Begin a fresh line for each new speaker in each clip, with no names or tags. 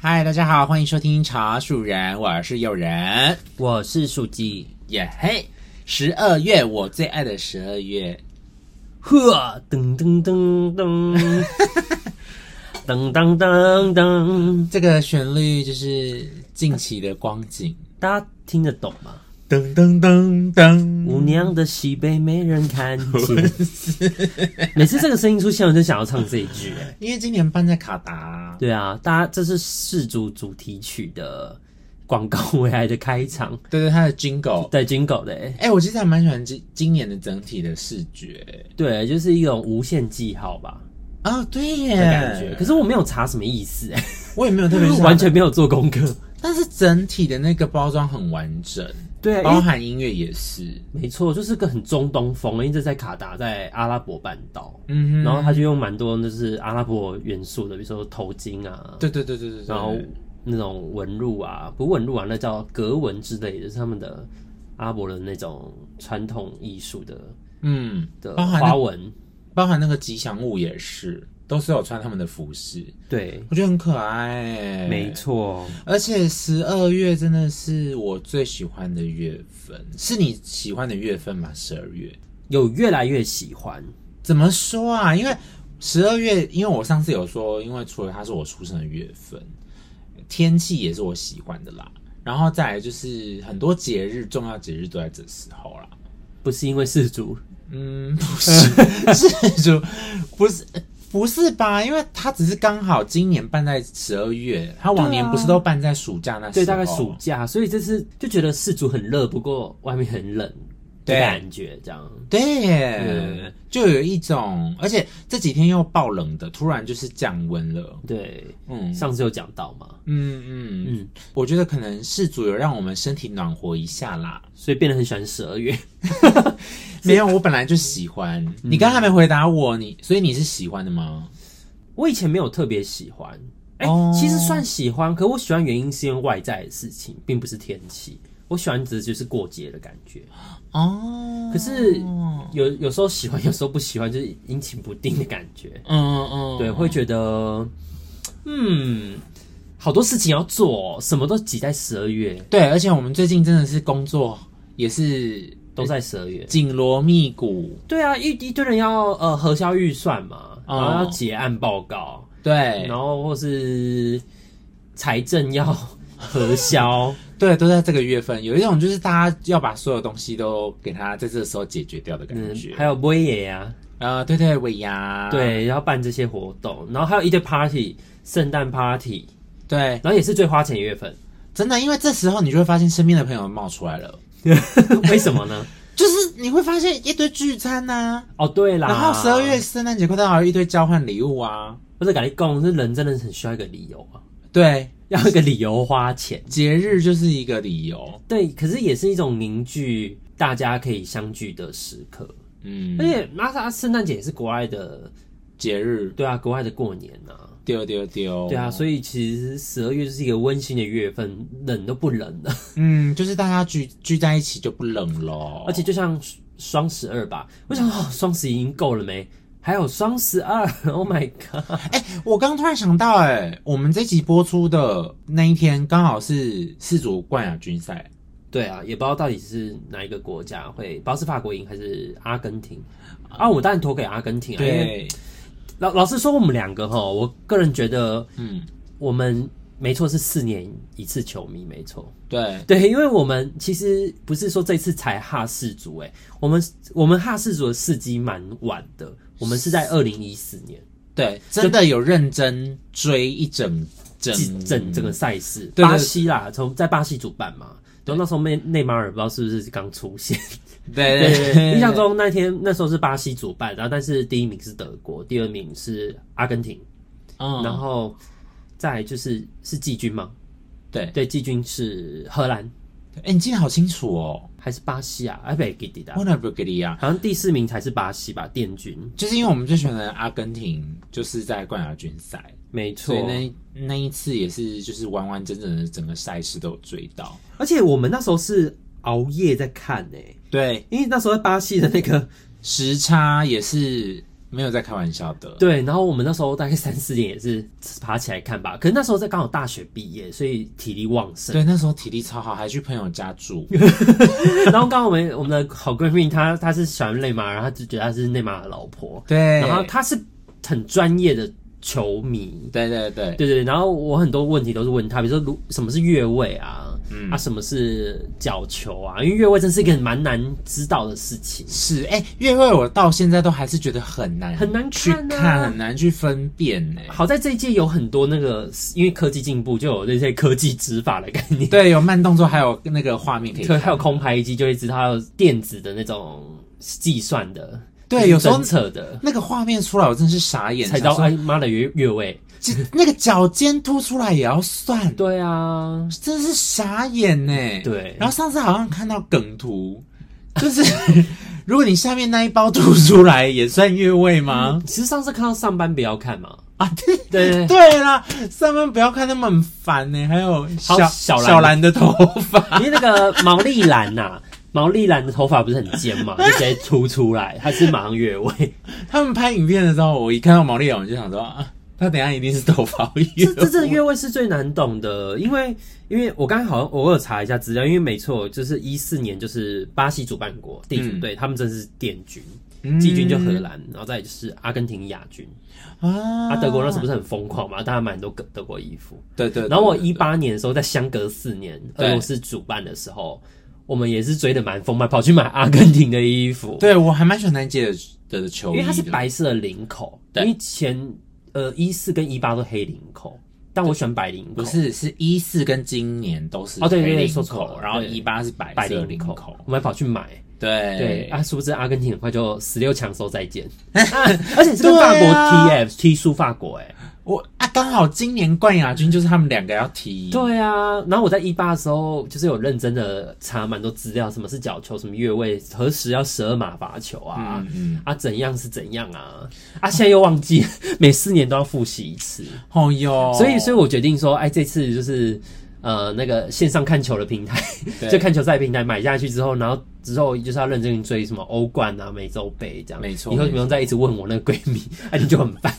大家好，欢迎收听《茶树人》，我是友人，
我是树鸡，
耶嘿！十二月我最爱的十二月，
呵，噔噔噔噔，噔噔噔噔，
这个旋律就是近期的光景。
大家听得懂吗？
噔噔噔噔，
舞娘的喜悲没人看 见，每次这个声音出现，我就想要唱这一 句、哎
因为今年办在卡达，
对啊，大家这是氏族主题曲的广告未来的开场，
对对，它的 Jingle。
对金狗的、哎
哎、我其实还蛮喜欢今今年的整体的视觉
对，就是一种无限记号吧
哦，对耶，
的感觉。可是我没有查什么意思、哎
我也没有特别喜欢
完全没有做功课。
但是整体的那个包装很完整，
对啊，因为
包含音乐也是，
没错，就是个很中东风，因为这在卡达，在阿拉伯半岛，
嗯哼，
然后他就用蛮多就是阿拉伯元素的，比如说头巾啊，
对对对对对对，
然后那种纹路啊，不是纹路啊，那叫格纹之类的，是他们的阿拉伯的那种传统艺术的
嗯，
的
包含那
花纹，
包含那个吉祥物也是，都是有穿他们的服饰，
对，
我觉得很可爱。欸
没，错，
而且十二月真的是我最喜欢的月份，是你喜欢的月份吗？十二月
有越来越喜欢，
怎么说啊？因为十二月，因为我上次有说，因为除了它是我出生的月份，天气也是我喜欢的啦。然后再来就是很多节日，重要节日都在这时候啦。
不是因为氏族，
嗯，不 是，是就不是不是吧？因为他只是刚好今年办在十二月，他往年不是都办在暑假那时候？
啊对，大概暑假，所以这次就觉得氏族很热，不过外面很冷的
对
感觉，这样。
对耶，
嗯
就有一种，而且这几天又爆冷的，突然就是降温了。
对，
嗯
上次有讲到嘛，
嗯嗯嗯
嗯，
我觉得可能氏族有让我们身体暖和一下啦。
所以变得很喜欢十二月。
没有，我本来就喜欢。
嗯
你刚还没回答我，你所以你是喜欢的吗？
我以前没有特别喜欢，哎、
哦
其实算喜欢，可我喜欢原因是因为外在的事情，并不是天气。我喜欢只就是过节的感觉，
哦，
可是
嗯
有有时候喜欢，有时候不喜欢，就是阴晴不定的感觉。
嗯嗯，
对，会觉得，嗯，好多事情要做哦，什么都挤在十二月，
对，而且我们最近真的是工作也是
都在十二月。
紧锣密鼓，
对啊，一一堆人要呃核销预算嘛，然后要
哦
结案报告，
对
然后或是财政要核 销，
对，都在这个月份，有一种就是大家要把所有东西都给它在这时候解决掉的感
嗯，
觉。
还有威爷啊，
呃，对对，尾牙，
对，要办这些活动，然后还有一堆 party，圣诞 party，
对，
然后也是最花钱的月份，
真的，因为这时候你就会发现身边的朋友冒出来了，
为什么呢？
就是你会发现一堆聚餐呐、
哦，对啦，
然后十二月，圣诞节快到了，一堆交换礼物啊，
我在跟你讲，这人真的很需要一个理由啊，
对，
要一个理由花钱。
节日就是一个理由，
对，可是也是一种凝聚大家可以相聚的时刻，
嗯
而，且玛莎圣诞节也是国外的，
节日
对啊，国外的过年呐、啊。
丢丢丢，
对啊，所以其实十二月就是一个温馨的月份，冷都不冷了。
嗯，就是大家聚聚在一起就不冷咯。
而且就像双十二吧，我想哦，双十一已经够了没？还有双十二，Oh my god！
哎、我刚突然想到、哎，我们这集播出的那一天刚好是世足冠亚军赛，
对啊，也不知道到底是哪一个国家会，不知道是法国赢还是阿根廷。啊，我当然投给阿根廷啊，因为
对，
老老实说，我们两个哈，我个人觉得
嗯，
我们没错是四年一次球迷，没错。
对，
对，因为我们其实不是说这次才哈氏族，哎，我们我们哈氏族的事机蛮晚的，我们是在二零一四年
对，真的有认真追一整整
整整这个赛事，
对对
巴西啦，从在巴西主办嘛。然后那时候内内马尔不知道是不是刚出现，
对
对
对
对
对，
对，印象中那天那时候是巴西主办，然后但是第一名是德国，第二名是阿根廷，
嗯，
然后再来就是是季军嘛，
对，
对，季军是荷兰
哎、你记得好清楚哦，
还是巴西啊？哎，不给的，
我哪不给力啊？
好像第四名才是巴西吧，殿军。
就是因为我们最喜欢的阿根廷就是在冠亚军赛，
没
所
错
以，那那一次也是就是完完整整的整个赛事都有追到。
而且我们那时候是熬夜在看呢、欸
对，
因为那时候在巴西的那个
时差也是没有在开玩笑的。
对，然后我们那时候大概三四点也是爬起来看吧，可是那时候在刚好大学毕业，所以体力旺盛。
对，那时候体力超好，还去朋友家住。
然后刚好我们我们的好闺蜜她她是喜欢内马尔，然后她就觉得她是内马尔的老婆，
对，
然后她是很专业的球迷，
对对对，
对对对，然后我很多问题都是问她，比如说如什么是越位啊，啊什么是角球啊，因为越位真是一个蛮难知道的事情。
是哎，越位我到现在都还是觉得很难，
很难
去
看啊
看，很难去分辨呢。
好在这一届有很多那个，因为科技进步就有那些科技执法的概念，
对，有慢动作，还有那个画面可以
对，
看，
还有空拍机就会知道还有电子的那种计算的，
对
就是
有时候
侦测的，
那个画面出来，我真的是傻眼，
才知道
想说
哎妈的欸越越位，
这那个脚尖凸出来也要算，
对啊，
真是傻眼呢。
对
然后上次好像看到梗图，就是 如果你下面那一包凸出来，也算越位吗？
其实上次看到上班不要看嘛，
啊，对
对对对
对啦，上班不要看那么很烦呢。还有
还
小
有小兰
小兰的头发，
因为那个毛利兰呐、毛利兰的头发不是很尖嘛，就直接凸出来，她是马上越位，
他们拍影片的时候，我一看到毛利兰，我就想说啊，他等一下一定是头发 越
这这这越位 是最难懂的，因为因为我刚才好像偶尔查一下资料，因为没错，就是一四年就是巴西主办国地
嗯
主队，他们真是殿军，季军就荷兰，然后再来就是阿根廷亚军，
啊
啊德国那时候不是很疯狂嘛，大家买很多德德国衣服。
对对对
然后我
对对
一八年的时候在相隔四年
对
俄罗斯主办的时候，我们也是追得蛮疯嘛，跑去买阿根廷的衣服，
对我还蛮喜欢那一届的的球衣
因
的，
为它是白色的领口，因
对
为前呃一四跟一八都黑领口，但我喜欢白领口，
不是，是一四跟今年都是
哦对对对
黑领
说错了
口，然后
对
一八是白
白
色
领
口，
口，我们还跑去买。
对
对啊，殊不知阿根廷很快就十六强说再 见，啊而且是跟法国
对啊
踢哎、踢输法国哎、
我啊刚好今年冠亚军就是他们两个要踢，
对啊，然后我在一八的时候就是有认真的查蛮多资料，什么是角球，什么越位，何时要十二码罚球啊。
嗯嗯，
啊，怎样是怎样啊？啊，现在又忘记， 每四年都要复习一次，
哦哟，
所以，所以我决定说，哎，这次就是呃，那个线上看球的平台，
对
就看球赛平台买下去之后，然后之后就是要认真追什么欧冠啊、美洲杯这样。
没错
以后你
没
不用再一直问我那个闺蜜， 哎，你就很烦。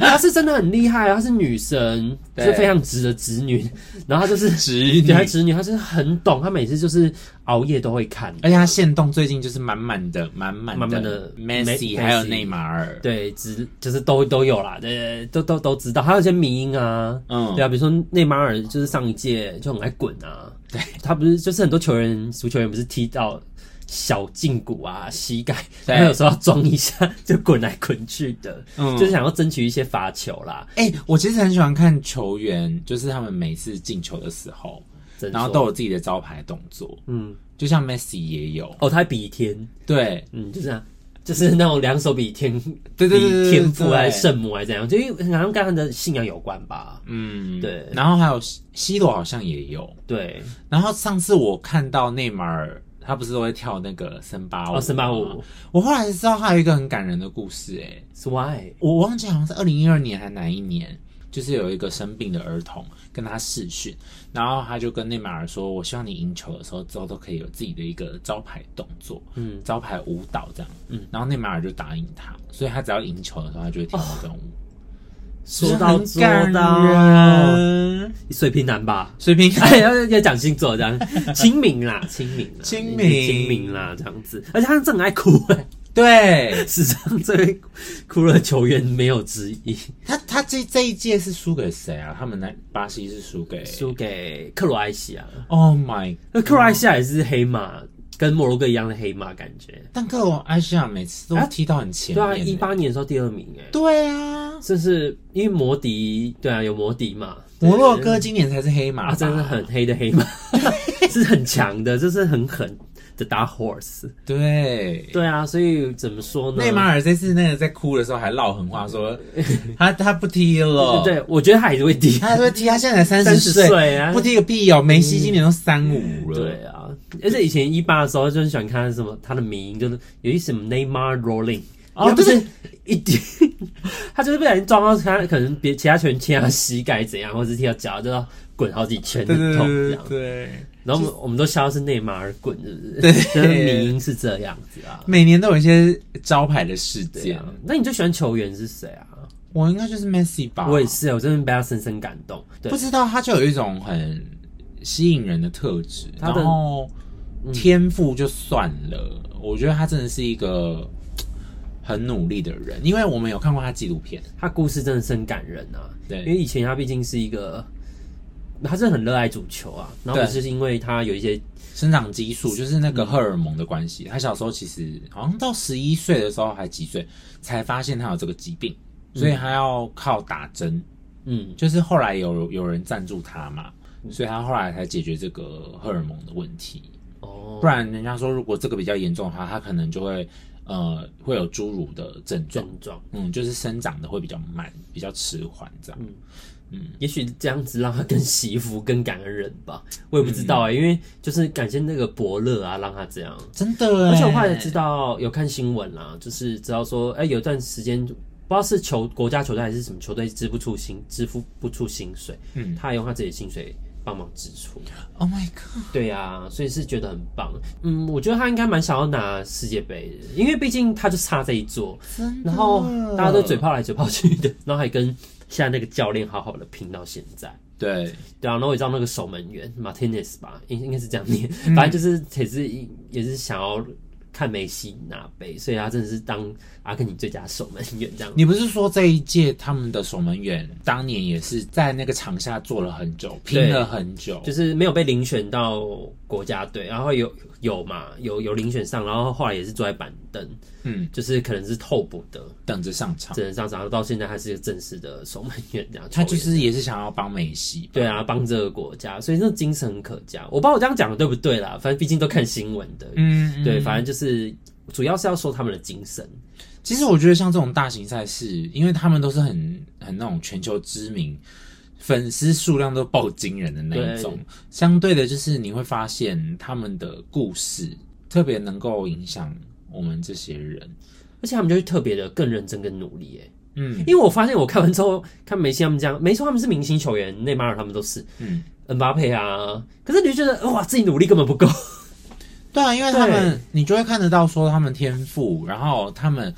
她是真的很厉害啊，她是女神，
对
是非常直的直女， 然后她就是。
直
对，她
女，
直女，她真的很懂，她每次就是熬夜都会看。
而且他现动最近就是满满的满满
满满的
Messi
Messi
还有内马尔，
对，只就是都都有啦，对，都都都知道。还有一些迷音啊，
嗯
对啊，比如说内马尔就是上一届就很爱滚啊，对他不是就是很多球员足球员不是踢到小胫骨啊、膝盖，
嗯对
他有时候要装一下就滚来滚去的，
嗯
就是想要争取一些罚球啦。
哎、我其实很喜欢看球员，就是他们每次进球的时候，
真
然后
说
都有自己的招牌动作，
嗯，
就像 Messi 也有，
哦，他还比天，
对
嗯，就这样。就是那种两手比天，
对对对对
比
对
天赋
对
还是圣母还是怎样，就因为好像跟他的信仰有关吧。
嗯
对
然后还有西西罗好像也有，
对，
然后上次我看到内马尔，他不是都会跳那个森巴舞？
哦，森巴舞。
我后来才知道他有一个很感人的故事、欸，
是 why？
我忘记好像是二零一二年还哪一年，就是有一个生病的儿童跟他视讯，然后他就跟内马尔说：“我希望你赢球的时候之后都可以有自己的一个招牌动作，
嗯，
招牌舞蹈这样。”
嗯，
然后内马尔就答应他，所以他只要赢球的时候，他就会跳那种舞。
说到
很
做
感
到，
人，
水瓶男吧。
水平
哎， 要要讲星座这样，清明啦，清明啦，
清明
清明啦，这样子。而且他真的很爱哭、哎，
对。
史上最会 哭的球员没有之一，
他他这这一届是输给谁啊？他们那巴西是输给
输给克罗埃西亚。
Oh my！
那克罗埃西亚也是黑马，跟摩洛哥一样的黑马感觉。
但克罗埃西亚每次都踢到很前
对
面、欸
啊，一八年的时候第二名、哎，
对啊，
就是因为摩迪，对啊，有摩迪嘛，
摩洛哥今年才是黑马吧、
啊，真的很黑的黑马， 是很强的，就是很狠的打 horse。
对。
对啊，所以怎么说呢？
内马尔这次那个在哭的时候还唠狠话 说，他他不踢了，
对，我觉得他还是会低。
他还说踢，他现在才三
30
岁，
岁啊
不踢个屁哦！梅西今年都三五了，
对啊，而且以前一八的时候就很喜欢看什么他的名，就是有一什么 Neymar Rolling，
哦
要不是一点， 他就是不小心撞到他，可能别其他球员踢他膝盖怎样，或是踢到脚，就要滚好几圈
对对
很痛这
对
样。
对，
然然后我们我们都笑是内马尔滚，是不是？对，就是民音是这样子啊。
每年都有一些招牌的事
对
件。
啊，那你最喜欢球员是谁啊？
我应该就是 Messi 吧，
我也是，我真的被他深深感动。对
啊不，知道他就有一种很吸引人的特质，
他
然
的嗯
后天赋就算了，我觉得他真的是一个很努力的人，因为我们有看过他纪录片，
他故事真的是很感人啊。因为
对，
以前他毕竟是一个，他是很热爱足球啊，然后
对
只是因为他有一些
生长激素就是那
嗯
个荷尔蒙的关系，他小时候其实好像到十一岁的时候还几岁才发现他有这个疾病，所以他要靠打针，
嗯
就是后来有有人赞助他嘛，所以他后来才解决这个荷尔蒙的问题。
哦
不然人家说如果这个比较严重的话，他可能就会呃会有侏儒的症状，
症状，
嗯，就是生长的会比较慢，比较迟缓这样。
也许这样子让他更惜福、更感恩人吧。我也不知
嗯
道啊、因为就是感谢那个伯乐啊，让他这样。
真的欸，
而且我后来知道有看新闻啦，就是知道说，哎、有一段时间不知道是球国家球队还是什么球队支不出薪，支付不出薪水，
嗯
他还用他自己的薪水帮忙支出。
，Oh my god，
对啊，所以是觉得很棒。嗯，我觉得他应该蛮想要拿世界杯的，因为毕竟他就差这一座，
啊真的，
然后大家都嘴炮来嘴炮去的，然后还跟现在那个教练好好的拼到现在。
对，
对啊，然后我也知道那个守门员 Martinez 吧，应应该是这样念，
嗯
反正就是也是一也是想要看梅西拿杯，所以他真的是当阿根廷最佳守门员这样。
你不是说这一届他们的守门员当年也是在那个场下做了很久，拼了很久，
就是没有被遴选到国家队，然后有有嘛有有遴选上，然后后来也是坐在板凳，
嗯，
就是可能是候补的，
等着上场。
只能上场，然后到现在还是一个正式的守门员这样。
他就
球员
是也是想要帮梅西吧，
对啊，帮这个国家，所以那精神可嘉。我不知道我这样讲的对不对啦，反正毕竟都看新闻的，
嗯，嗯，
对，反正就是主要是要说他们的精神，
其实我觉得像这种大型赛事，因为他们都是很很那种全球知名，粉丝数量都爆惊人的那一种
对。
相对的，就是你会发现他们的故事特别能够影响我们这些人。
而且他们就会特别的更认真、更努力。哎，
嗯
因为我发现我看完之后，看梅西他们这样，没错，他们是明星球员，内马尔他们都是，
嗯，
恩巴佩啊，可是你就觉得哇，自己努力根本不 够。
对啊，因为他们你就会看得到说他们天赋，然后他们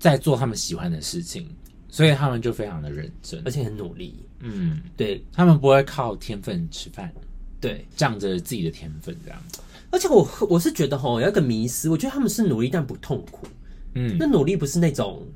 在做他们喜欢的事情，所以他们就非常的认真
而。且很努力。
嗯，
对
他们不会靠天分吃饭，
对，
仗着自己的天分这样。
而且我我是觉得吼，有一个迷思，我觉得他们是努力但不痛苦。
嗯
那努力不是那种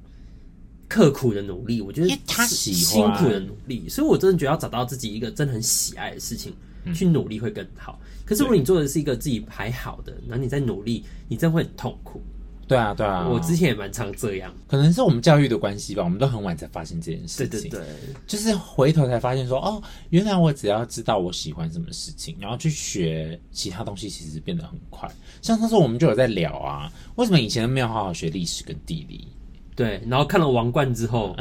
刻苦的努力，我觉得
因为他
是
喜
辛
欢
苦的努力，所以我真的觉得要找到自己一个真的很喜爱的事情、
嗯
去努力会更好。可是如果你做的是一个自己还好的，然后你在努力，你真的会很痛苦。
对啊，对啊，
我之前也蛮常这样，
可能是我们教育的关系吧，我们都很晚才发现这件事
对
情，
对对，
就是回头才发现说，哦，原来我只要知道我喜欢什么事情，然后去学其他东西，其实变得很快。像上次我们就有在聊啊，为什么以前没有好好学历史跟地理？
对。然后看了《王冠》之后，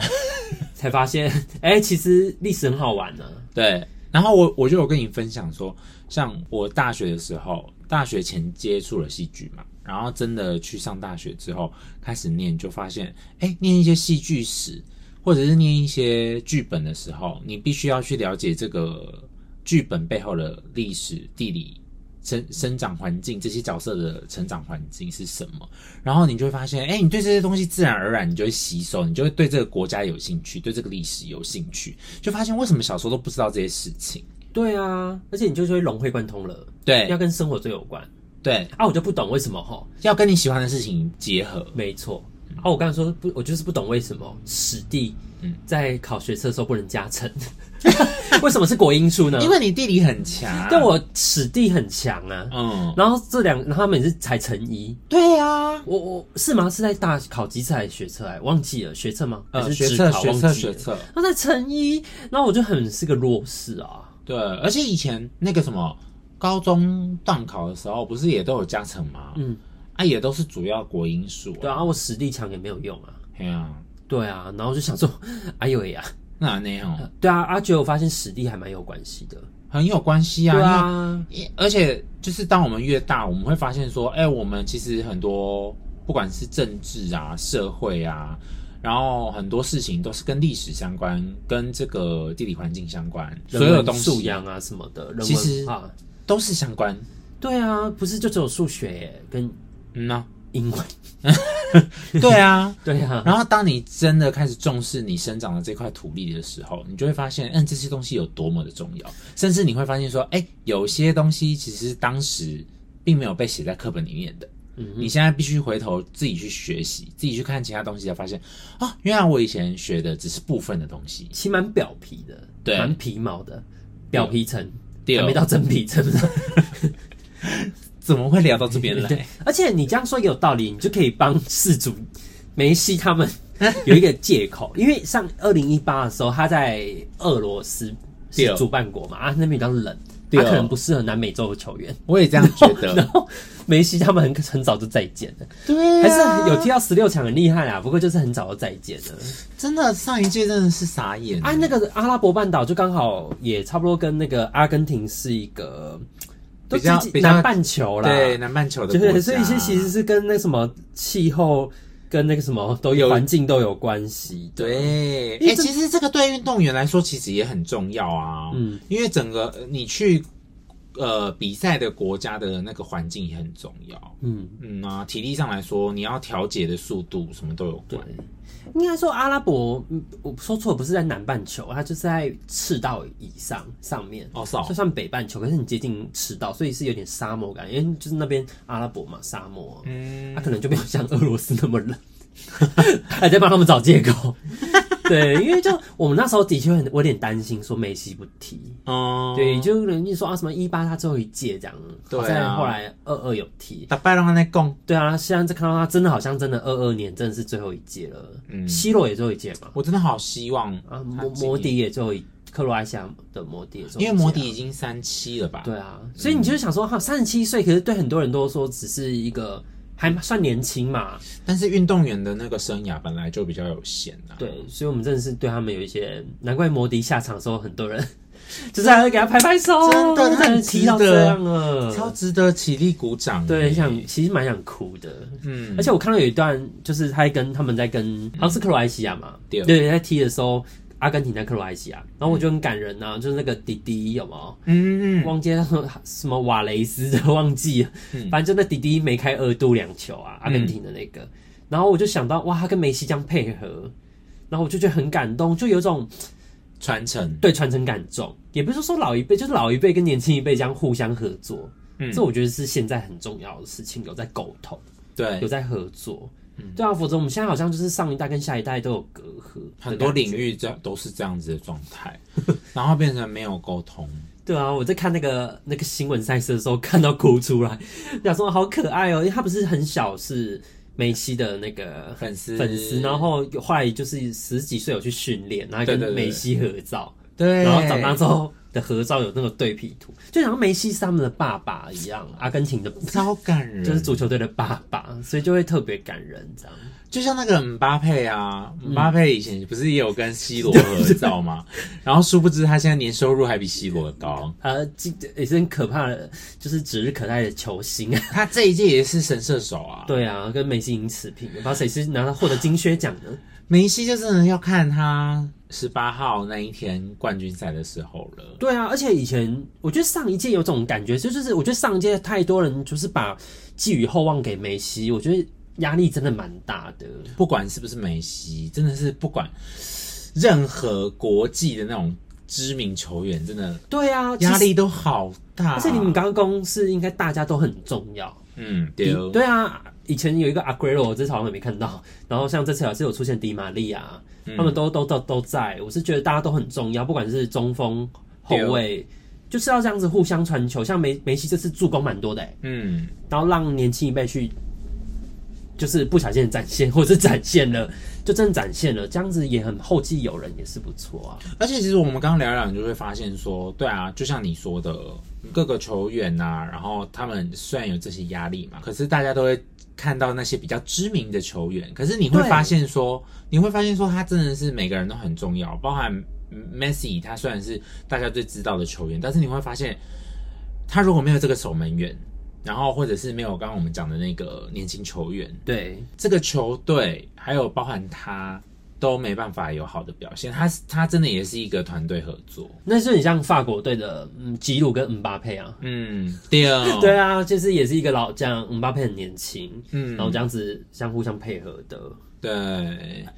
才发现，哎、其实历史很好玩啊呢、
对，然后我我就有跟你分享说，像我大学的时候，大学前接触了戏剧嘛，然后真的去上大学之后开始念，就发现，哎，念一些戏剧史或者是念一些剧本的时候，你必须要去了解这个剧本背后的历史、地理。生生长环境，这些角色的成长环境是什么？然后你就会发现，哎、你对这些东西自然而然，你就会吸收，你就会对这个国家有兴趣，对这个历史有兴趣，就发现为什么小时候都不知道这些事情。
对啊，而且你就是会融会贯通了，要
对
跟生活最有关
对，
啊！我就不懂为什么吼，
要跟你喜欢的事情结合。
没错。啊，我刚才说不，我就是不懂为什么史地
嗯
在考学测的时候不能 加成，为什么是国英数呢？
因为你地理很强，
但我史地很强啊，
嗯，
然后这两，然后他们也是才乘一，
对啊，
我我是吗？是在大考几次还是学测哎，忘记了学测吗？还
呃，
是
学
只
测
考
学
忘
测
记
学
了
测，
然后再乘一，然后我就很是个弱势啊。
对，而且以前那个什么高中段考的时候，不是也都有加成吗？
嗯，
啊，也都是主要国因素、
对啊，，我实力强也没有用啊。
哎呀、啊，
对啊，然后我就想说， 哎呦呀，
那那样哦
对啊，阿觉得我发现实力还蛮有关系的。
很有关系啊，
对
因为
啊，
也而且就是当我们越大，我们会发现说，哎、我们其实很多不管是政治啊、社会啊，然后很多事情都是跟历史相关，跟这个地理环境相关，所有东
人文素
西
养啊什么的，人
其实
文啊，
都是相关。
对啊，不是就只有数学耶跟
嗯 呐、
英文？
对啊。
对 啊，
然后，当你真的开始重视你生长的这块土地的时候，你就会发现，嗯，这些东西有多么的重要，甚至你会发现说，哎，有些东西其实当时并没有被写在课本里面的，你现在必须回头自己去学习，自己去看其他东西，才发现啊，原来我以前学的只是部分的东西。
其实蛮表皮的，
对
蛮皮毛的，表皮层
对
还没到真皮层。
怎么会聊到这边来？
对，而且你这样说也有道理，你就可以帮事主梅西他们有一个借口，因为上二零一八的时候，他在俄罗斯
对哦
是主办国嘛，啊那边比较冷，
对哦
他可能不适合南美洲的球员。
我也这样觉
然
得，
后梅西他们很很早就再见了，
对、啊
还是有踢到十六强很厉害啦，不过就是很早就再见了。
真的上一届真的是傻眼
啊，那个阿拉伯半岛就刚好也差不多跟那个阿根廷是一个都
比较
接近
比较
南半球啦，
对南半球的
就
国家，
是所以其其实是跟那什么气候跟那个什么都
有
有环境都有关系的。
对，
因
哎、
为这
其实这个对运动员来说其实也很重要啊，嗯
嗯，
因为整个呃你去呃比赛的国家的那个环境也很重要，
嗯，
嗯啊，体力上来说，你要调节的速度什么都有关，
应该说阿拉伯，嗯我说错，不是在南半球，它就是在赤道以上上面。
哦，是哦
就，算北半球，可是很接近赤道，所以是有点沙漠感，因为就是那边阿拉伯嘛，沙漠、
嗯，
他、可能就没有像俄罗斯那么冷， 还在帮他们找借口。 对，因为就我们那时候的确很，我有点担心说梅西不踢，
哦、
对，就人家说啊什么一八他最后一届这样，
对啊
好在后来二二有踢，
打败让他在供，
对啊，现在看到他真的好像真的二二年真的是最后一届了，
嗯
C 罗也最后一届嘛，
我真的好希望
啊
他
摩
今
摩
年，
迪也最后一，克罗埃西亚的摩迪也最后一届
因
啊
为摩迪已经三七了吧，
对啊，所以你就是想说哈，三十七岁，可是对很多人都说只是一个还算年轻嘛，
但嗯是运动员的那个生涯本来就比较有限啊，
对，所以我们真的是对他们有一些，难怪摩迪下场的时候很多人 就是还会给他拍拍手，
真的他
才
很
能踢到这样了，
超值得起立鼓掌，
对，
欸
想其实蛮想哭的。
嗯
而且我看到有一段，就是他在跟他们在跟好像是克罗埃西亚嘛，
对
对，在踢的时候，阿根廷在克罗埃西亚，然后我觉得很感人呐、就是那个迪迪有没有？
嗯嗯
忘记他说什么瓦雷斯 的忘记了，
嗯
反正就那迪迪梅开二度两球啊，阿根廷的那个，然后我就想到哇，他跟梅西这样配合，然后我就觉得很感动，就有一种
传承。
对传承感重，也不是说老一辈，就是老一辈跟年轻一辈这样互相合作，
嗯
这我觉得是现在很重要的事情，有在沟通。有
对，
在合作。
嗯
对啊，否则我们现在好像就是上一代跟下一代都有隔阂，
很多领。域这样都是这样子的状 态，然后变成没有沟通。
对啊，我在看那个那个新闻赛事的时候，看到哭出来，想说好可爱哦、因为他不是很小是梅西的那个
粉丝
粉丝，然后后来就是十几岁有去训练，然后跟
对对对
梅西合照，
对，
然后长大之后的合照有那个对比图，就像梅西是他们的爸爸一样，阿根廷的
超感人，
就是足球队的爸爸，所以就会特别感人这样。
就像那个姆巴佩啊，
嗯
姆巴佩以前不是也有跟 C 罗合照 吗？然后殊不知他现在年收入还比 C 罗高，
呃，这也是很可怕的，就是指日可待的球星 啊。
他这一届也是神射手啊。
对啊，跟梅西已经持平了，不知道谁是拿到获得金靴奖的。
梅西就真的要看他十八号那一天冠军赛的时候了。
对啊，而且以前我觉得上一届有种感觉，就就是我觉得上一届太多人就是把寄予厚望给梅西，我觉得压力真的蛮大的。
不管是不是梅西，真的是不管任何国际的那种知名球员，真的
对啊，其实
压。力都好大。
而且你们刚刚是应该大家都很重要，
嗯，对哦，
对啊，以前有一个 Aguero，我这次好像也没看到。然后像这次也是有出现迪玛利亚，他们都都都都在。我是觉得大家都很重要，不管是中锋、后卫，就是要这样子互相传球。像梅梅西这次助攻蛮多的、欸，
嗯，
然后让年轻一辈去，就是不小心展现，或者是展现了， 就真的展现了，这样子也很后继有人，也是不错啊。
而且其实我们刚刚聊一聊，你就会发现说，对啊，就像你说的，各个球员呐、然后他们虽然有这些压力嘛，可是大家都会看到那些比较知名的球员，可是你会
对
发现说，你会发现说，他真的是每个人都很重要，包含嗯 Messi，他虽然是大家最知道的球员，但是你会发现，他如果没有这个守门员，然后或者是没有刚刚我们讲的那个年轻球员，
对，
这个球队还有包含他，都没办法有好的表现。他他真的也是一个团队合作，
那是很像法国队的嗯吉鲁跟姆巴佩啊，
嗯，对哦
对啊，就是也是一个老将，姆巴佩很年轻，
嗯
然后这样子相互相配合的。
对，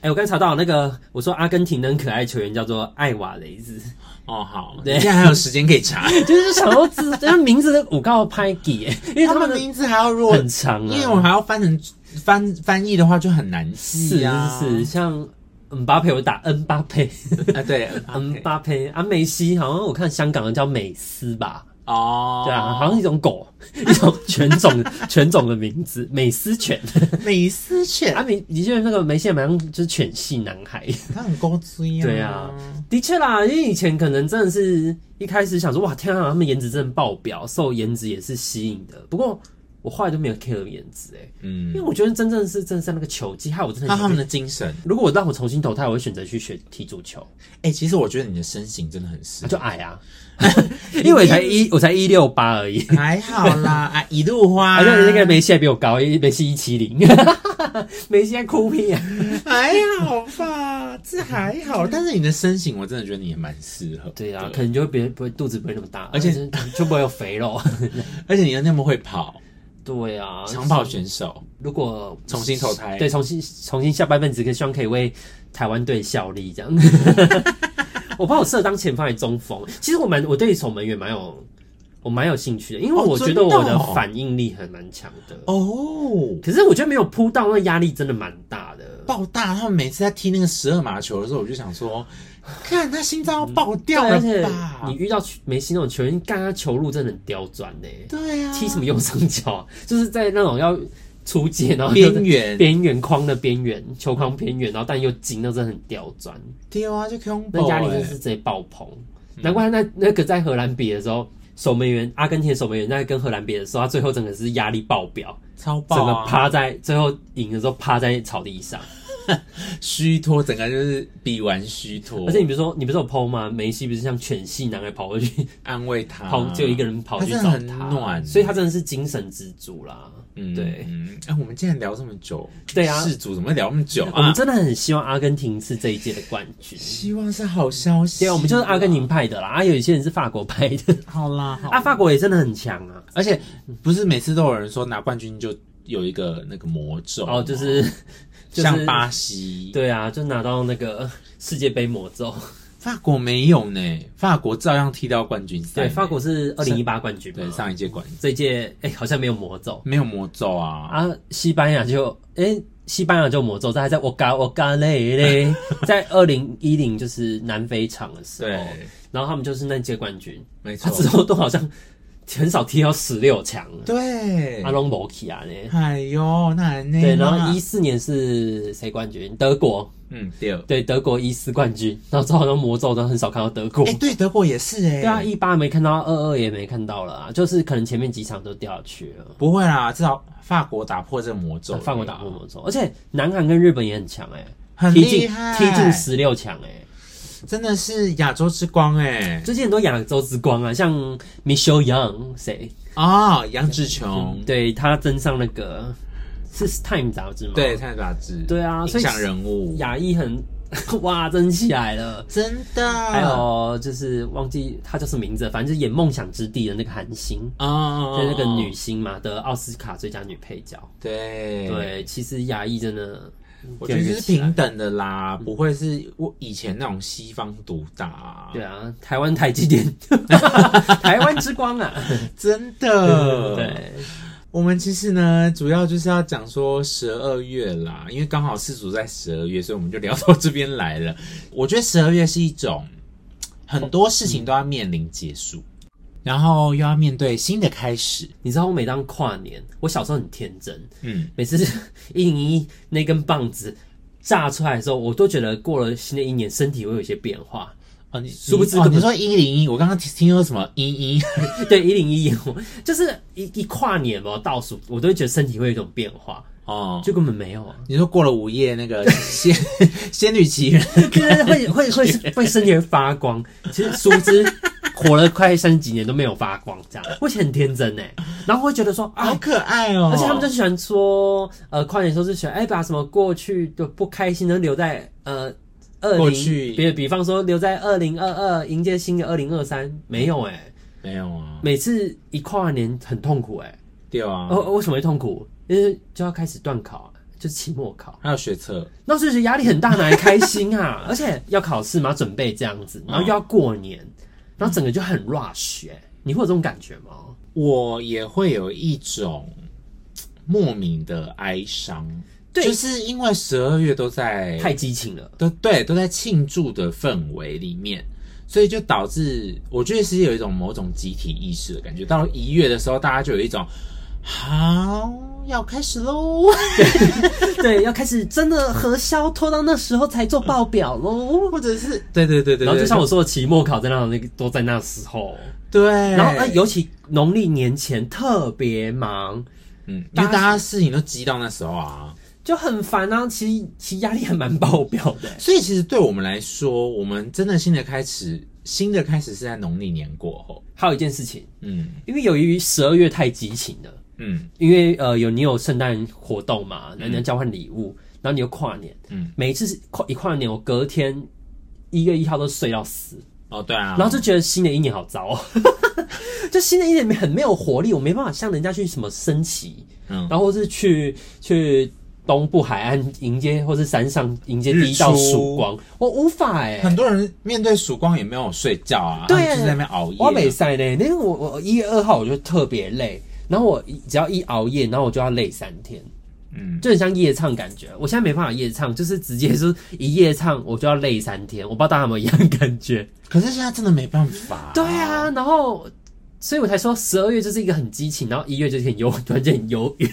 哎、我刚才查到那个，我说阿根廷的很可爱球员叫做艾瓦雷兹，
哦好，
对
你现在还有时间可以查，
就是想要字，他名字的五告拍给，因为
他
他
们
们
的
的
名字还要如果
很长啊，
因为我还要翻成翻翻译的话就很难
是
记啊，
是是，像姆巴佩我打恩巴佩，
啊对，
恩
OK
巴佩啊梅西，好像我看香港的叫美斯吧，
哦，
对啊，好像一种狗， 一种犬种 犬种的名字，美斯犬。
美思犬，
啊，美的确那个梅西好像就是犬系男孩，
他很高追啊，
对啊，的确啦，因为以前可能真的是一开始想说哇天啊，他们颜值真的爆表，受颜值也是吸引的，不过。我后来都没有 care 颜值哎、欸因为
嗯，
我觉得真正是真的在那个球技，害我真的
那
很
啊他
想
们的精神，
如果让我重新投胎，我会选择去学踢足球。
哎、其实我觉得你的身形真的很适
啊、
合，
就矮啊， 因为我才一我才一六八而 已，
还好啦，啊，一路花，
而且那个梅西还比我高，梅西一七零， 梅西还哭屁啊！
还好 吧，这还好，但是你的身形我真的觉得你也蛮适合，
对啊，可能就会别不会肚子不会那么大，
而且
就就不会有肥肉。
而且你又那么会跑，
对啊，
长跑选手，
如果
重新投胎
对，重新重新下半辈子，可希望可以为台湾队效力这样。 我怕我适合当前锋还是中锋，其实我蛮我对守门员蛮有我蛮有兴趣的，因为
哦
我觉
真的
得我的
哦
反应力还蛮强的。
哦，
可是我觉得没有扑到，那压力真的蛮大的。
爆大！他们每次在踢那个十二码球的时候，我就想说，看他心脏要爆
对，
掉
而
了
且
吧？
你遇到梅西那种球员，干他球路真的很刁钻呢、
对啊，
踢什么右上角啊，就是在那种要出界，然后又
边
在
缘
边缘框的边缘，球框边缘，然后但又精，那真的很刁钻，
丢啊，就 combo，
那压力真
欸
的是直接爆棚。难怪他那那个在荷兰比的时候，守门员阿根廷的守门员在跟荷兰比的时候，他最后真的是压力爆表，
超
整
爆、
个
啊，
趴在最后赢的时候趴在草地上。
虚脱，整个就是比完虚脱，
而且你不是说你不是有 PO 吗？梅西不是像犬系男孩跑过去，
安慰他，
跑只有一个人跑去找
他真的很暖
所以他啊真的是精神支柱啦。
嗯，
对
嗯，哎、我们竟然聊这么久，
对啊
世祖怎么会聊那么久
我们
啊？
真的很希望阿根廷是这啊一届的冠军。
希望是好消息，
对啊，我们就是阿根廷，派的啦，啊，有一些人是法国派 的，
好啦，好
啊，法国也真的很强啊。
而且不是每次都有人说拿冠军就有一个那个魔咒
哦，就是，就是
像巴西，
对啊，就拿到那个世界杯魔咒。
法国没有呢，法国照样踢到冠军赛呢。
对，法国是二零一八冠军
对
嘛，哦
上一届冠军
这一届哎好像没有魔咒
没有魔咒啊，
啊，西班牙就哎。西班牙就魔咒，但还在我嘎我嘎嘞 嘞，在二零一零就是南非场的时候，
对，
然后他们就是那届冠军，
没
哦他
错，
之后都好像很少踢到十六强了，
对
阿，隆博奇啊呢。
哎呦，那那
对，然后一四年是谁冠军？德国，
啊嗯对，
对，德国一四冠军。然后之后好像魔咒都很少看到德国
哎。对，德国也是哎，
对啊，一八没看到，二二也没看到了啊，就是可能前面几场都掉下去了。
不会啦，至少法国打破这个魔咒，
法国打破魔咒，而且南韩跟日本也很强哎、
很
踢
厉
进
害，
踢进十六强哎，
真的是亚洲之光哎
最近很多亚洲之光啊，像 Michelle Young 谁，
哦，杨志琼，
对他登上那个是 Time 杂志吗？
对，泰达志，
对啊所
影
以
响人物，
亚裔很 哇争起来了。
真的，
还有就是忘记他叫什么名字了，反正就是演《梦想之地》的那个韩星，
啊，
就是那个女星嘛，得奥斯卡最佳女配角。
对。
对，其实亚裔真的，
我觉得就是平等的啦，不会是我以前那种西方独大、
对啊，台湾台积电，台湾之光啊，
真的。，
对，
我们其实呢，主要就是要讲说十二月啦，因为刚好世足在十二月，所以我们就聊到这边来了。我觉得十二月是一种很多事情都要面临结束，然后又要面对新的开始。
你知道我每当跨年，我小时候很天真，
嗯，
每次一零一那根棒子炸出来的时候，我都觉得过了新的一年，身体会有一些变化。
哦，你
殊不知
你哦，
根本
你说一零一，我刚刚听听说什么一一，
对，一零一，就是一一跨年嘛，倒数，我都会觉得身体会有一种变化，
哦，
就根本没有啊。
你说过了午夜那 个仙仙女奇缘，
对，会会会会身体会发光。其实殊不知，活了快三十几年都没有发光，这样，我以前很天真哎，然后会觉得说啊
好，可爱哦！
而且他们就喜欢说，呃，跨年时候就喜欢哎、把什么过去的不开心的留在呃二
过
零，
去
比比方说留在二零二二迎接新的二零二三，
嗯
没有哎、
没有啊，
每次一跨年很痛苦哎、
对啊，
哦、为什么会痛苦？因为就要开始断考，就是期末考，
还有学测，
那时候觉得压力很大，哪来开 心啊？而且要考试嘛，准备这样子，
嗯
然后又要过年，然后整个就很 rush 哎、你会有这种感觉吗？
我也会有一种嘖莫名的哀伤，
对
就是因为十二月都在
太激情了，
都对都在庆祝的氛围里面，所以就导致我觉得是有一种某种集体意识的感觉。到一月的时候，大家就有一种好要开始喽，
对，要开始真的核销，拖到那时候才做报表喽。
或者是对对对对对，
然后就像我说的，期末考在那那个都在那时候，
对，
然后呃，尤其农历年前特别忙，
嗯，因为大家事情都积到那时候啊，
就很烦啊。其实其实压力还蛮爆表的、
所以其实对我们来说，我们真的新的开始，新的开始是在农历年过后，
还有一件事情，
嗯
因为由于十二月太激情了。
嗯
因为呃有你有圣诞活动嘛，然后你要交换礼物，然后你又跨年，
嗯，
每一次是跨一跨年，我隔天一月一号都睡到死，
哦对啊，
然后就觉得新的一年好糟、哦， 就新的一年很没有活力，我没办法像人家去什么升旗，
嗯
然后或是去去东部海岸迎接，或是山上迎接第一道
日出
曙光，我无法哎、
很多人面对曙光也没有睡觉啊，
对
他们就是在那边熬夜，
我没晒嘞，那个我我一月二号我就特别累，然后我一只要一熬夜，然后我就要累三天。
嗯，
就很像夜唱感觉。我现在没办法夜唱，就是直接就是一夜唱我就要累三天，我不知道大家有没有一样的感觉。
可是现在真的没办法，
对，啊，然后所以我才说十二月就是一个很激情，然后一月就是很忧， 突然间很忧郁，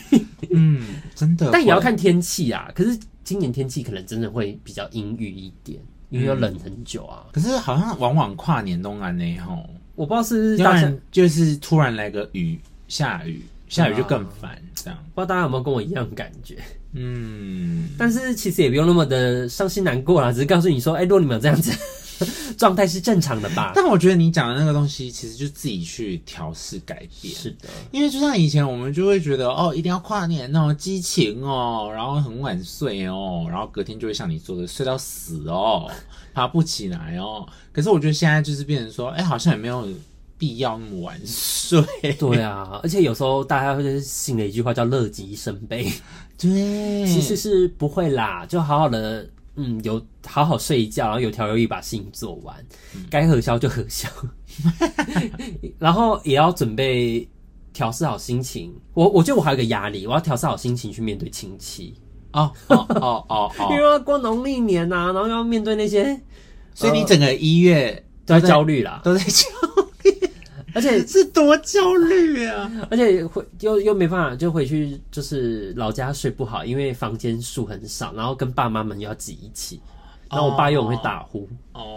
嗯，真的，
但也要看天气啊。可是今年天气可能真的会比较阴郁一点，因为要冷很久啊。
可是好像往往跨年都安呢吼，
我不知道是不是
要
大
不
家，不
然就是突然来个雨，下雨，下雨就更
啊
烦，这样，
知道大家有没有跟我一样的感觉。
嗯，
但是其实也不用那么的伤心难过啦，只是告诉你说，哎、如果你们有这样子 状态是正常的吧？
但我觉得你讲的那个东西，其实就自己去调试改变，
是的。
因为就像以前我们就会觉得哦，一定要跨年哦，激情哦，然后很晚睡哦，然后隔天就会像你说的睡到死哦， 爬不起来哦。可是我觉得现在就是变成说，哎，好像也没有必要那么晚睡。
对啊， 而且有时候大家会信的一句话叫“乐极生悲”，
对，
其实是不会啦，就好好的，嗯，有好好睡一觉，然后有条有理把事情做完，该核销就核 销，然后也要准备调试好心情。我我觉得我还有一个压力，我要调试好心情去面对亲戚，
哦哦哦哦
因为
哦，
要过农历年呐、然后要面对那些
所以你整个一月
都
都
在
在
焦虑啦，
都在 焦，
而 且
是多焦虑啊！
而且会又又没办法，就回去就是老家睡不好，因为房间数很少，然后跟爸妈们又要挤一起，然后我爸又很会打呼，
哦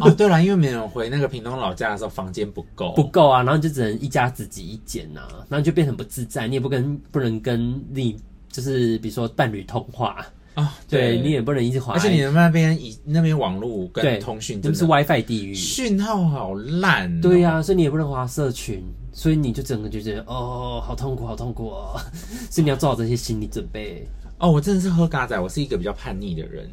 哦，对了，因为没有回那个屏东老家的时候，房间不够，
不够啊，然后就只能一家自己一间呐、啊，然后你就变得很不自在，你也不跟不能跟另就是比如说伴侣通话，
啊，
对你也不能一直滑，哎
而且你们那边以那边网络
对
跟通讯
你
真
们是
的
WiFi 地狱，
讯号好烂、哦，
对呀、、啊所以你也不能滑社群，所以你就整个就觉得哦，好痛苦，好痛苦哦， 所以你要做好这些心理准备。
哦，我真的是喝嘎仔，我是一个比较叛逆的人，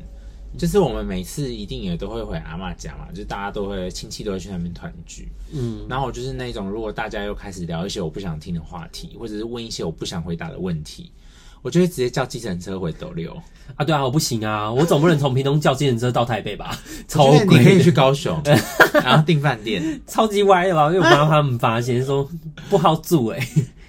就是我们每次一定也都会回阿嬷家嘛，就是大家都会亲戚都会去那边团聚，
嗯，
然后我就是那种如果大家又开始聊一些我不想听的话题，或者是问一些我不想回答的问题，我就会直接叫计程车回斗六，
啊，对啊，我不行啊，我总不能从屏东叫计程车到台北吧？超
我觉得你可
贵
以
的，
去高雄， 然后订饭店，
超级歪的吧？因为我妈他们发现说不好住哎、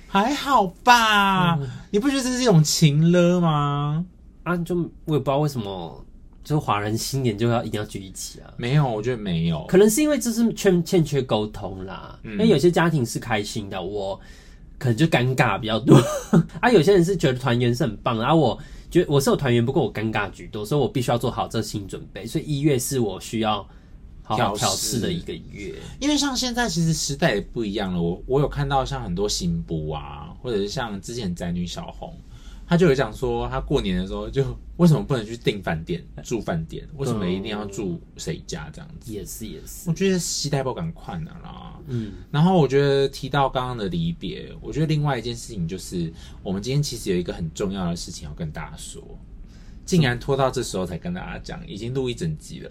还好吧？你不觉得这是一种情勒吗？
啊，就我也不知道为什么，就是华人新年就要一定要聚一起啊。
没有，我觉得没有。
可能是因为这是欠欠缺沟通啦，因为有些家庭是开心的，我可能就尴尬比较多 啊。有些人是觉得团圆是很棒的，啊，我觉得我是有团圆，不过我尴尬居多，所以我必须要做好这心理准备。所以一月是我需要好好
调
调
试
试的一个月。
因为像现在其实时代也不一样了，我我有看到像很多新播啊，或者是像之前宅女小红，他就有讲说，他过年的时候就为什么不能去订饭店住饭店，为什么一定要住谁家这样子？
也是也是，
我觉得期待不赶快呢啦。
嗯，
啊然后我觉得提到刚刚的离别，我觉得另外一件事情就是，我们今天其实有一个很重要的事情要跟大家说，竟然拖到这时候才跟大家讲，已经录一整集了。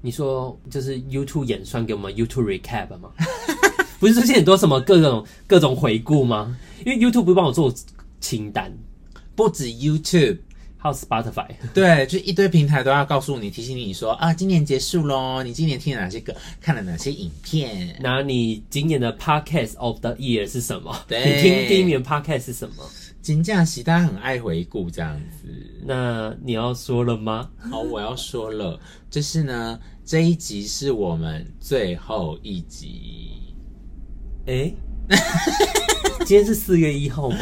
你说就是 YouTube 演算给我们 YouTube recap 吗？ 不是最近很多什么各种各种回顾吗？因为 YouTube 不是帮我做清单，
不止 YouTube，
还 有 Spotify。
对，就一堆平台都要告诉你、提醒你说啊，今年结束喽，你今年听了哪些歌，看了哪些影片，
那你今年的 Podcast of the Year 是什么？
对
你听第一年 Podcast 是什么？
金假期大家很爱回顾这样子。
那你要说了吗？
好，我要说了，就是呢，这一集是我们最后一集。
诶， 今天是四月 一号吗？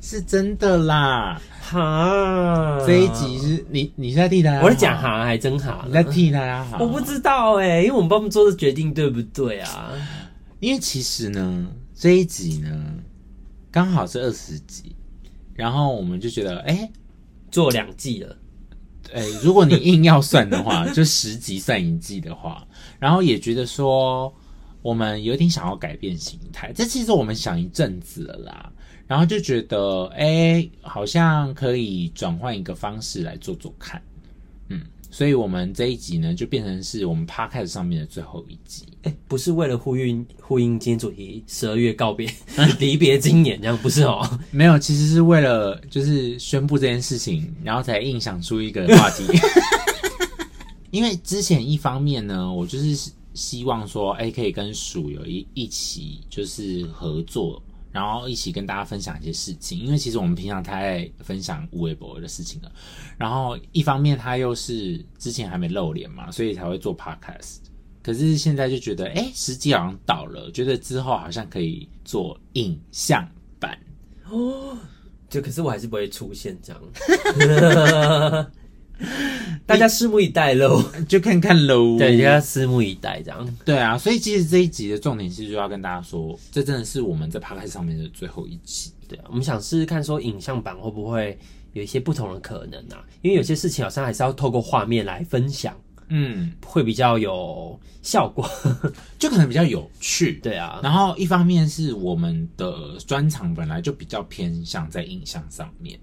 是真的啦，
哈，
这一集是你你是在替大家，
嗯我在讲，哈，嗯还真哈
你
呢
在，替大家好，
我不知道哎、因为我们帮我们做的决定对不对啊？
因为其实呢，这一集呢刚好是二十集，然后我们就觉得，哎、
做两季了，
哎、如果你硬要算的话，就十集算一季的话，然后也觉得说我们有点想要改变形态，这其实我们想一阵子了啦，然后就觉得哎、好像可以转换一个方式来做做看，嗯，所以我们这一集呢就变成是我们 podcast 上面的最后一集，
哎、不是为了呼应呼应今天主题十二月告别 离别今年这样，不是哦？
没有，其实是为了就是宣布这件事情，然后才硬想出一个话题。 因为之前一方面呢，我就是希望说，哎、可以跟鼠有一一起就是合作，然后一起跟大家分享一些事情。因为其实我们平常太爱分享无微博的事情了，然后一方面他又是之前还没露脸嘛，所以才会做 podcast。可是现在就觉得，哎、时机好像到了，觉得之后好像可以做影像版。
就可是我还是不会出现这 样，大家拭目以待喽。
就看看喽。
对，大家拭目以待这样。
对啊，所以其实这一集的重点是就要跟大家说，这真的是我们在 p o d 上面的最后一集。
对啊，我们想试试看，说影像版会不会有一些不同的可能啊？因为有些事情好像还是要透过画面来分享，
嗯，
会比较有效果。
就可能比较有趣。
对啊，
然后一方面是我们的专场本来就比较偏向在影像上面，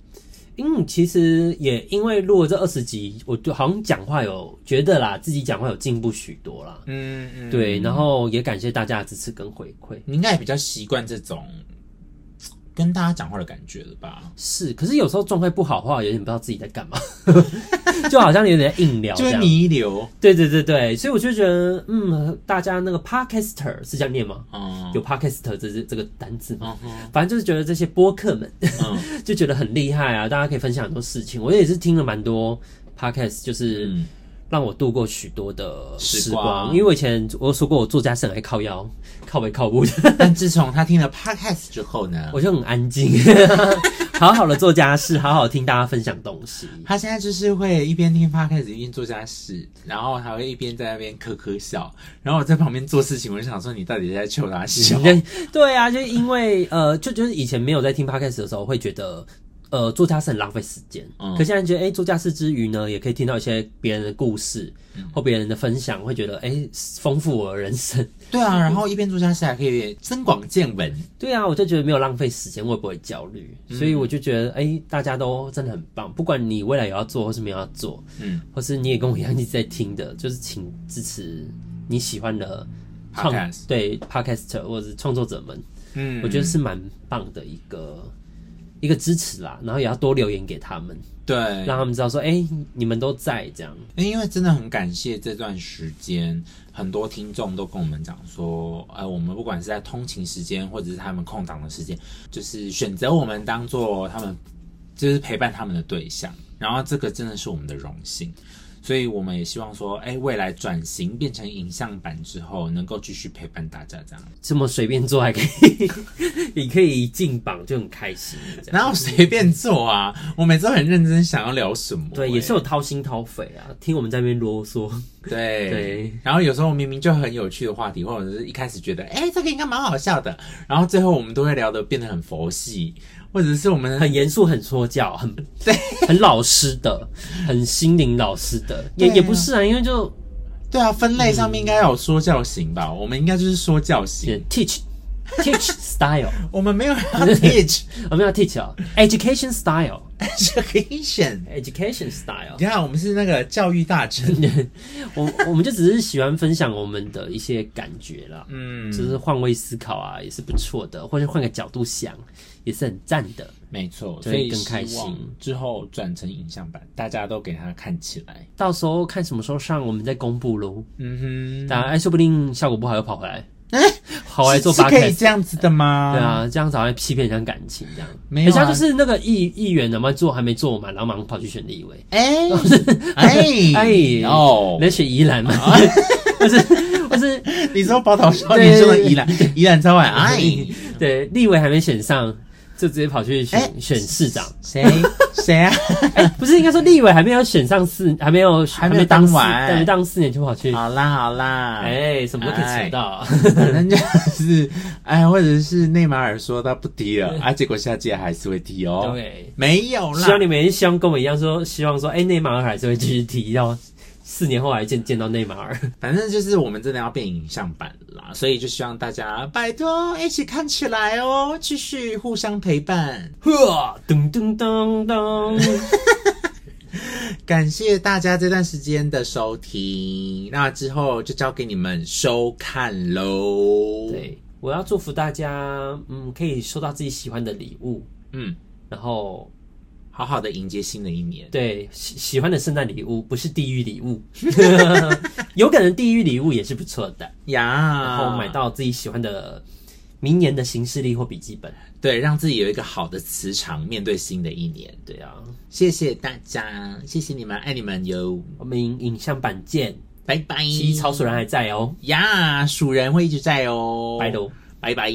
嗯，其实也因为录了这二十集，我就好像讲话有觉得啦，自己讲话有进步许多啦。
嗯嗯
对，然后也感谢大家的支持跟回馈。
你应该也比较习惯这种跟大家讲话的感觉了吧？
是，可是有时候状态不好的话，有点不知道自己在干嘛， 就好像有点硬聊
就
这
是
样。
泥流，
对对对对，所以我就觉得，嗯，大家那个 podcaster 是这样念吗？
嗯
有 podcaster 这这这个单字吗？
嗯哼
反正就是觉得这些播客们
嗯
就觉得很厉害啊，大家可以分享很多事情。我也是听了蛮多 podcast，就是
嗯，
让我度过许多的
时
时
光
光。因为我以前我有说过，我作家是很爱靠腰、靠北、靠步的，
但自从他听了 podcast 之后呢，
我就很安静，好好的做家事，好好听大家分享东西。
他现在就是会一边听 podcast 一边做家事，然后还会一边在那边咳咳笑，然后我在旁边做事情，我就想说你到底在求他笑？
对对啊，就因为呃，就就是以前没有在听 podcast 的时候，会觉得呃做家事很浪费时间。
嗯
可现在觉得，哎、做家事之余呢，也可以听到一些别人的故事
嗯
或别人的分享，会觉得哎，诶丰、富我的人生。
对啊，然后一边做家事还可以增广见闻。
对啊，我就觉得没有浪费时间，我也不会焦虑，
嗯
所以我就觉得，哎、大家都真的很棒。不管你未来有要做或是没有要做，
嗯，
或是你也跟我一样一直在听的， 就是请支持你喜欢的创
Podcast
对 podcaster 或者是创作者们，
嗯
我觉得是蛮棒的一个一个支持啦。然后也要多留言给他们，
对，
让他们知道说，哎、你们都在这样。
因为真的很感谢这段时间，很多听众都跟我们讲说，呃，我们不管是在通勤时间，或者是他们空档的时间，就是选择我们当做他们就是陪伴他们的对象，然后这个真的是我们的荣幸。所以我们也希望说，哎，未来转型变成影像版之后，能够继续陪伴大家这样。
这么随便做还可以， 你可以进榜就很开心，这样
然后随便做啊，我每次都很认真想要聊什么、
对，
哎
也是有掏心掏肺啊，听我们在那边啰嗦。
对
对
然后有时候明明就很有趣的话题，或者是一开始觉得哎、这个应该蛮好笑的，然后最后我们都会聊得变得很佛系，或者是我们
很严肃、很说教、很很老师的、很心灵老师的，也、
对啊
也不是啊，因为就
对啊分类上面应该要有说教型吧，我们应该就是说教型，
teach teach style，
我们没有要 teach
我们要 teach 啊，education style，education
education。
style。
你看，我们是那个教育大臣，
我我们就只是喜欢分享我们的一些感觉啦，
嗯，
就是换位思考啊，也是不错的，或者换个角度想，也是很赞的。
没错，
对
所以
更开心
希望之后转成影像版，大家都给它看起来，
到时候看什么时候上，我们再公布喽。
嗯
当然，哎，说不定效果不好又跑回来，
哎
跑回来做
是是
八
可以
K。
这样子的吗？
对，啊，这样子好像欺骗人家感情这样。
没有啊
很像就是那个议议员有没有做还没做嘛，然后马上跑去选立委。
哎哎
哎
哦
你，在选宜兰嘛？ 不是不是，
你说宝岛少年中的依兰，依兰超晚哎，
对，立委还没选上，就直接跑去选、选市长。
谁谁 啊？
哎，不是应该说立委还没有选上四，还没有还
没有
没当啊
当
四
完
还没当四年就跑去。
好啦好啦，
哎，什么都可以扯到，
反正就是哎，或者是内马尔说他不踢了，啊，结果下届还是会踢哦，
对。
没有啦，
希望你们也希望跟我一样说，希望说，哎、内马尔还是会继续踢到四年后还见见到内马尔。
反正就是我们真的要变影像版啦，所以就希望大家拜托一起看起来哦，继续互相陪伴。
呵，噔噔噔噔。
感谢大家这段时间的收听，那之后就交给你们收看喽。，
对，我要祝福大家，嗯，可以收到自己喜欢的礼物，
嗯，
然后
好好的迎接新的一年。
对喜喜欢的圣诞礼物，不是地狱礼物， 有可能地狱礼物也是不错的，
呀，
然后买到自己喜欢的明年的行事历或笔记本。
对，让自己有一个好的磁场，面对新的一年。
对啊，
谢谢大家，谢谢你们，爱你们哟，
我们影像版见，
拜拜。
其实草鼠人还在哦，
呀，鼠人会一直在哦，
拜喽。
拜拜。